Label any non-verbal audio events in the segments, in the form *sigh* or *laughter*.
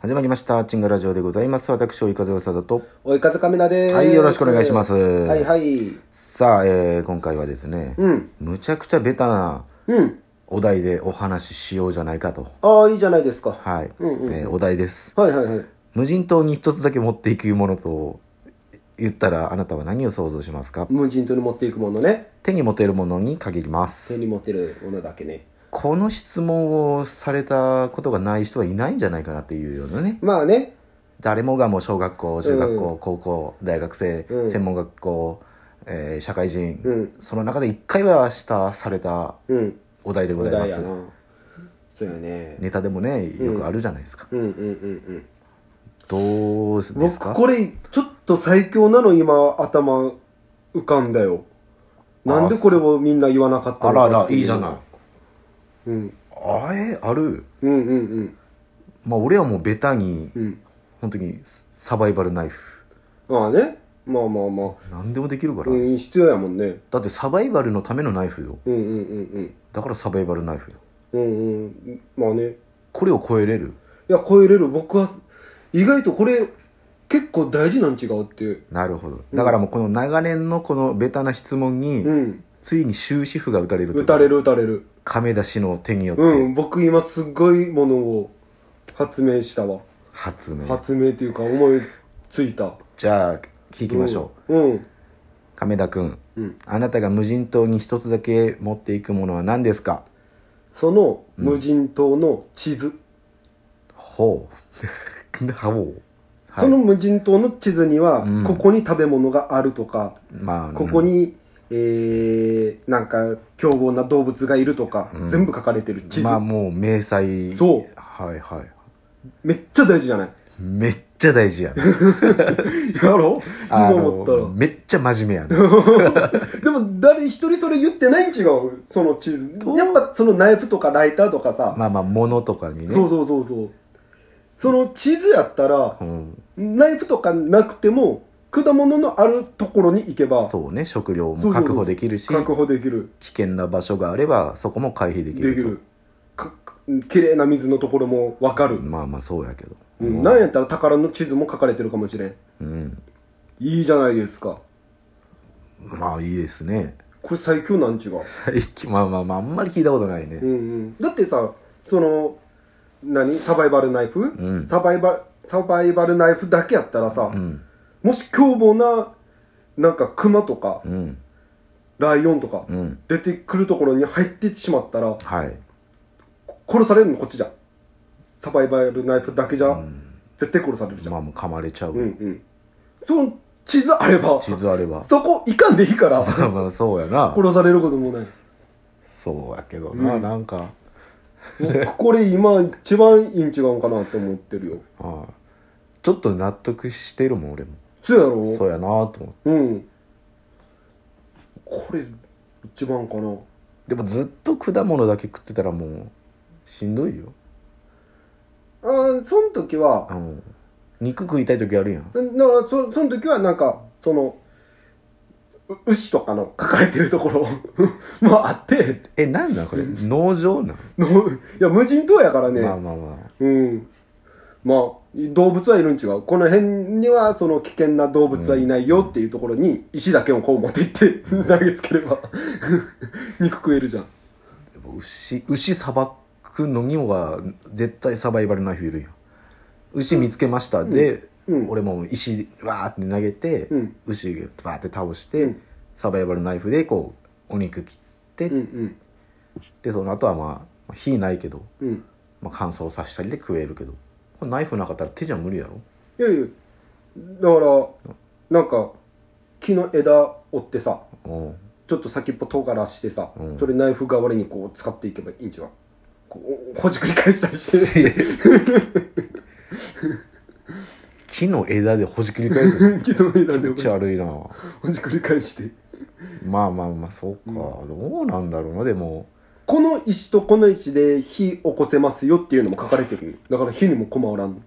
始まりました。チンガラジオでございます。私、及川さだと。おい風かみなです。はいよろしくお願いしますはいはい。さあ、えー今回はですね、うん。むちゃくちゃベタなうん。お題でお話ししようじゃないかと。ああ、いいじゃないですか。ははい。うんうんうんえーお題です。いはいはい。無人島に一つだけ持っていくものと言ったら、あなたは何を想像しますか無人島に持っていくものね。手に持てるものに限ります。手に持ってるものだけね。この質問をされたことがない人はいないんじゃないかなっていうようなね。まあね。誰もがもう小学校中学校、う高校大学生、うん専門学校、えー社会人、うんその中で一回はしたされたうん。お題でごおざい題まやすな。そうやね。ネタでもねよくあるじゃないですか、うんうんうんどうですうん。です僕かこれ、ちょっと最強なの今、頭浮かんだよ。なんでこれをみんな言わなかったあのらかあらっていいじゃないうん。あえあるうんうんうん。まあ俺はもうベタにうん。本当にサバイバルナイフまあね。まあまあまあ。何でもできるから、うん、必要やもんね。だってサバイバルのためのナイフようんうんうんだからサバイバルナイフようん。うんうん。まあね。これを超えれるいや超えれる僕は意外とこれ結構大事なん違うっていうなるほどだからもうこの長年のこのベタな質問に、うんついに終止符が打たれるとい打うかたれる打たれる亀田氏の手によってうん僕今すごいものを発明したわ発明、発明っていうか思いついたじゃあ聞きましょう、うんうん亀田君うんあなたが無人島に一つだけ持っていくものは何ですかその無人島の地図、ほう *laughs* はおうはいその無人島の地図には、うんここに食べ物があるとか、まあここうんに、えー、なんか凶暴な動物がいるとか、うん全部書かれてる地図、まあもう明細そうはいはいめっちゃ大事じゃないめっちゃ大事やねやろ *laughs* 今思ったらのめっちゃ真面目やね *laughs* でも誰一人それ言ってないん違うその地図どうやっぱそのナイフとかライターとかさ、まあまあ物とかにねそうそうそうそうその地図やったらうん、ナイフとかなくても果物のあるところに行けばそうね食料そもうそうそう確保できるし確保できる危険な場所があればそこも回避できできるとるか綺麗な水のところも分かる、まあまあそうやけどうんなんやったら宝の地図も書かれてるかもしれんうんいいじゃないですかまあいいですね *laughs* これ最強なん違う最近まあまあまああんまり聞いたことないねうんうん、だってさその何サバイバルナイフ、んサバイバサバイバルナイフだけやったらさ、うんもし凶暴ななんかクマとかうんライオンとかうん出てくるところに入ってしまったらはい殺されるのこっちじゃんサバイバルナイフだけじゃ、ん絶対殺されるじゃん、まあもう噛まれちゃう、うんうんその地図あれば地図あれば *laughs* そこ行かんでいいからまあまあそうやな殺されることもないそうやけどな、うんなんか僕これ今一番いいん違うんかなって思ってるよああちょっと納得してるもん俺もそうやろそうやなと思ってうんこれ一番かなでもずっと果物だけ食ってたらもうしんどいよ、ああその時はうん、肉食いたい時あるやんだからそその時はなんかそのう牛とかの書かれてるところ *laughs* もあってえなんなんこれ農場なん、のいや無人島やからね、まあまあまあうんまあ動物はいるん違うこの辺にはその危険な動物はいないよっていうところに石だけをこう持っていって投げつければ *laughs* 肉食えるじゃんでも牛牛さばくのにもが絶対サバイバルナイフいるやん牛見つけました、で、うん俺も石わーって投げて、うん牛バーって倒して、うんサバイバルナイフでこうお肉切って、うんうんでその後はまあ火ないけど、うんまあ、乾燥させたりで食えるけどこれナイフなかったら手じゃ無理やろいやいやだからなんか木の枝折ってさおうちょっと先っぽ尖らしてさ、うんそれナイフ代わりにこう使っていけばいいんじゃんこうほじくり返したりして *laughs* 木の枝でほじくり *laughs* 返す木の枝でめっちゃ悪いなほじくり返してまあまあまあそうか、どうなんだろうなでもこの石とこの石で火起こせますよっていうのも書かれてるのだから火にも困らんの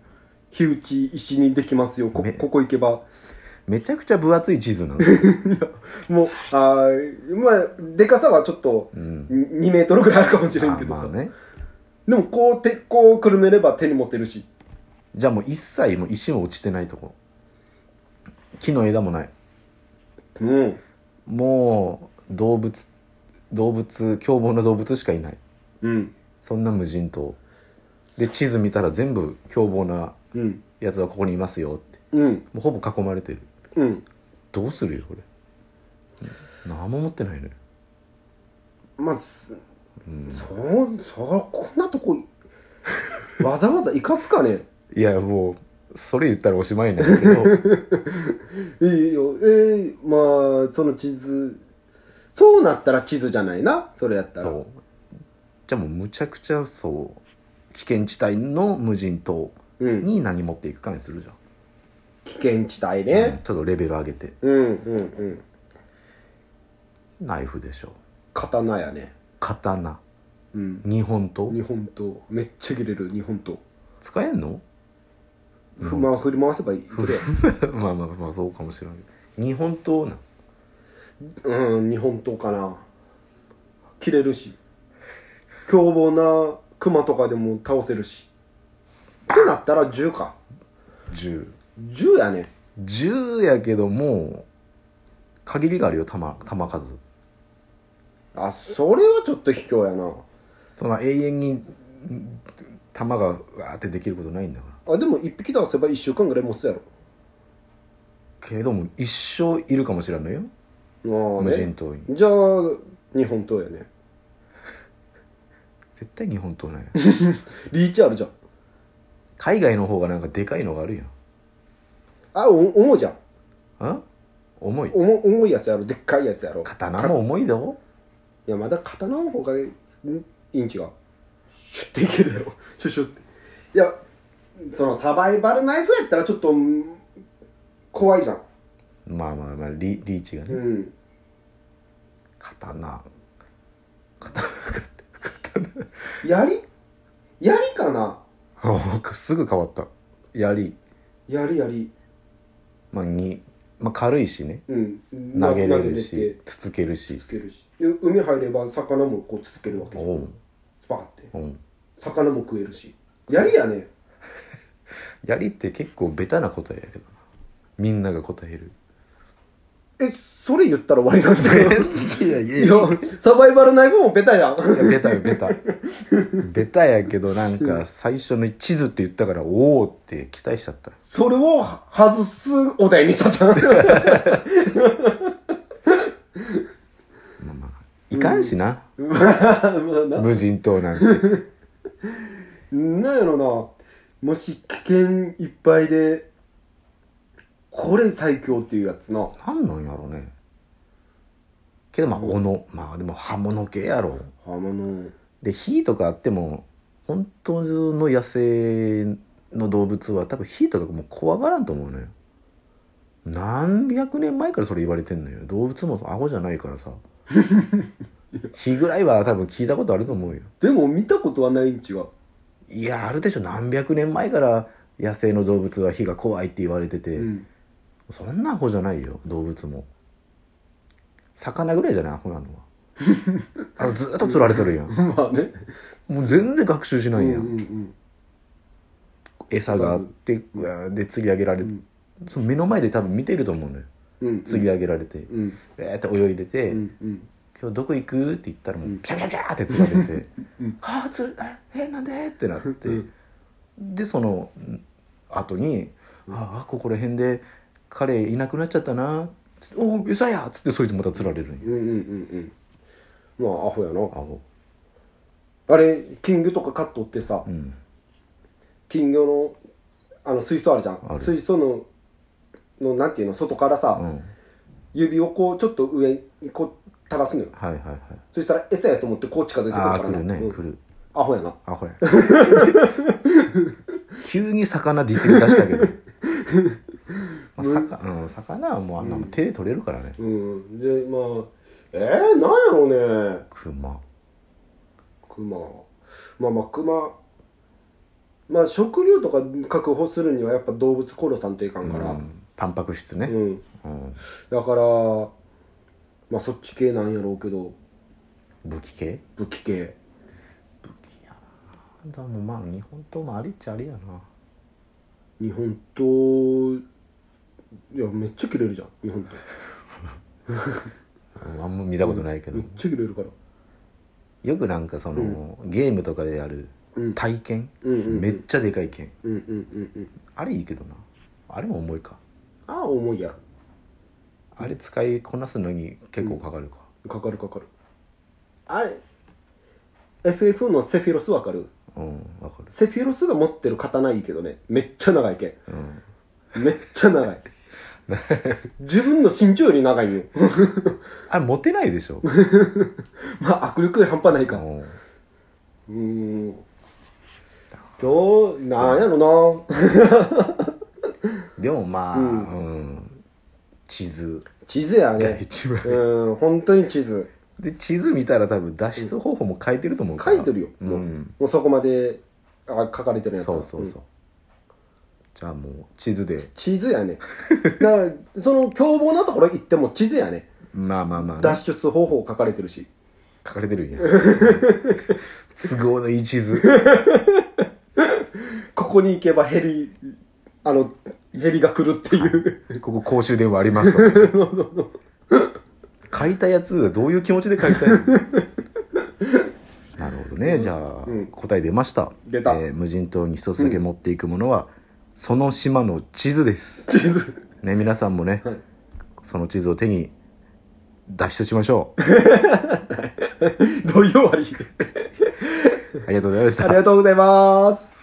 火打ち石にできますよこめここ行けばめちゃくちゃ分厚い地図なの、 *laughs* もうあーまあでかさはちょっとうん、 2メートルぐらいあるかもしれんあけどまさ、あねでもこう鉄鋼をくるめれば手に持てるしじゃあもう一切もう石も落ちてないとこ木の枝もないうんもう動物動物凶暴な動物しかいないうんそんな無人島で地図見たら全部凶暴なうんやつはここにいますよってうんもうほぼ囲まれてるうんどうするよこれ何も持ってないのよまあすそうそこんなとこ *laughs* いわざわざ生かすかねいやもうそれ言ったらおしまいなんだけどいいよえー、まあその地図そうなったら地図じゃないなそれやったらそうじゃあもうむちゃくちゃそう危険地帯の無人島うん、に何持っていくかにするじゃん、危険地帯うんね、ちょっとレベル上げてうん、うんうんナイフでしょ刀やね刀うん日本刀日本刀めっちゃ切れる日本刀使えんの *laughs* ふまあ振り回せばいい振れまあまあまあそうかもしれないけど日本刀なんうん日本刀かな切れるし凶暴な熊とかでも倒せるしってなったら銃か銃銃やね銃やけども限りがあるよ弾弾数あそれはちょっと卑怯やなその永遠にん弾がわーってできることないんだかあでも1匹倒せば1週間ぐらい持つやろらけども一生いるかもしれないよああ無人ね島にじゃあ日本刀やね絶対日本刀なんやリーチあるじゃん海外の方がなんかでかいのがあるやんあお重いじゃんあ重い重重いやつやろでっかいやつやろ刀も重いだろいやまだ刀の方がいいん違うシュッていけるやろ *laughs* シュッシュッていやそのサバイバルナイフやったらちょっとうん怖いじゃんまあまあまあリリーチがね、うん刀 *laughs* 槍槍かなあすぐ変わった槍槍槍まあに、まあ、軽いしねうん投げれる投げし続けるしてつけるしで海入れば魚もこうつつけるわけじゃんおうスパーっておう魚も食えるし槍やね槍って結構ベタな答えやけどなみんなが答えるえそれ言ったら終わりなんじゃないいいやいややサバイバルナイフもベタやんあベタよベタ *laughs* ベタやけどなんか最初の地図って言ったからおおって期待しちゃったそれを外すお題にしたじゃんいかんしな、まあまあ *laughs* な無人島なんてなんやろなもし危険いっぱいでこれ最強っていうやつななんなんやろねけどまあ斧まあでも刃物系やろあので火とかあっても本当の野生の動物は多分火とかもう怖がらんと思うのよ何百年前からそれ言われてんのよ動物もアホじゃない *laughs* からさ火ぐらいは多分聞いたことあると思うよでも見たことはないんちがいやあるでしょ何百年前から野生の動物は火が怖いって言われてて、うんそんなアホじゃないよ動物も魚ぐらいじゃないアホ *laughs* なのはあのずーっと釣られてるやん *laughs* まあねもう全然学習しうないんやんうん餌があってうわーで釣り上げられる、その目の前で多分見てると思うのようんうん釣り上げられて、うんえーって泳いでて、うんうん今日どこ行く?」って言ったらもうピシャピシャピシャって釣られて「ああ釣るあえなんで?」ってなって、でそのん後に「ああここら辺で彼いなくなっちゃったな」つっておお餌や!」っつってそいつまた釣られるんようんうんうんうんまあアホやなアホあれ金魚とかカットってさ、うん金魚のあの水槽あるじゃあんる水槽ののなんていうの外からさ、うん指をこうちょっと上にこう垂らすのよはいはいはいそしたら餌やと思ってこう近づいてくるあかあら来るねうん来るアホやなアホや *laughs* 急に魚ディスり出したけど、 *laughs* まあ、魚うん魚はもうあんなもん手で取れるからね、うんでまあえー、なんやろうね熊クマまあまあクマまあ食料とか確保するにはやっぱ動物殺さんといかんからうんタンパク質ね、うん、うんだからまあそっち系なんやろうけど武器系武器系でもまあ日本刀もありっちゃありやな日本刀いやめっちゃ切れるじゃん日本 *laughs* 刀あんま見たことないけど、めっちゃ切れるからよくなんかその、ゲームとかでやるうん体剣、うんうんうんめっちゃでかい剣うんうんうんうんあれいいけどなあれも重いかああ重いやあれ使いこなすのに結構かかるか、ろかかるかかるあれ FF のセフィロスわかるうんわかるセフィロスが持ってる刀いいけどねめっちゃ長いけうんんめっちゃ *laughs* 長い自分の身長より長いんよあれ持てないでしょまあ握力半端ないかうんうーんどうなんやろな *laughs* でもまあ、ううん地図地図やが *laughs* ね一番、うん本当に地図で地図見たら多分脱出方法も書いてると思うから書いてるよ、う、もうんもうそこまであ書かれてるやつそうそうそう、じゃあもう地図で地図やねだからその凶暴なところ行っても地図やねまあまあまあね、脱出方法書かれてるし書かれてるんや *laughs* 都合のいい地図ここに行けばヘリあのヘリが来るっていうここ公衆電話ありますと *laughs* か書いたやつがどういう気持ちで書いたんや *laughs* なるほどねじゃあ、うん答え出ました出たえー無人島に一つだけ持っていくものは、その島の地図です地図ね皆さんもね、はいその地図を手に脱出しましょ *laughs* うどういう終わりありがとうございましたありがとうございます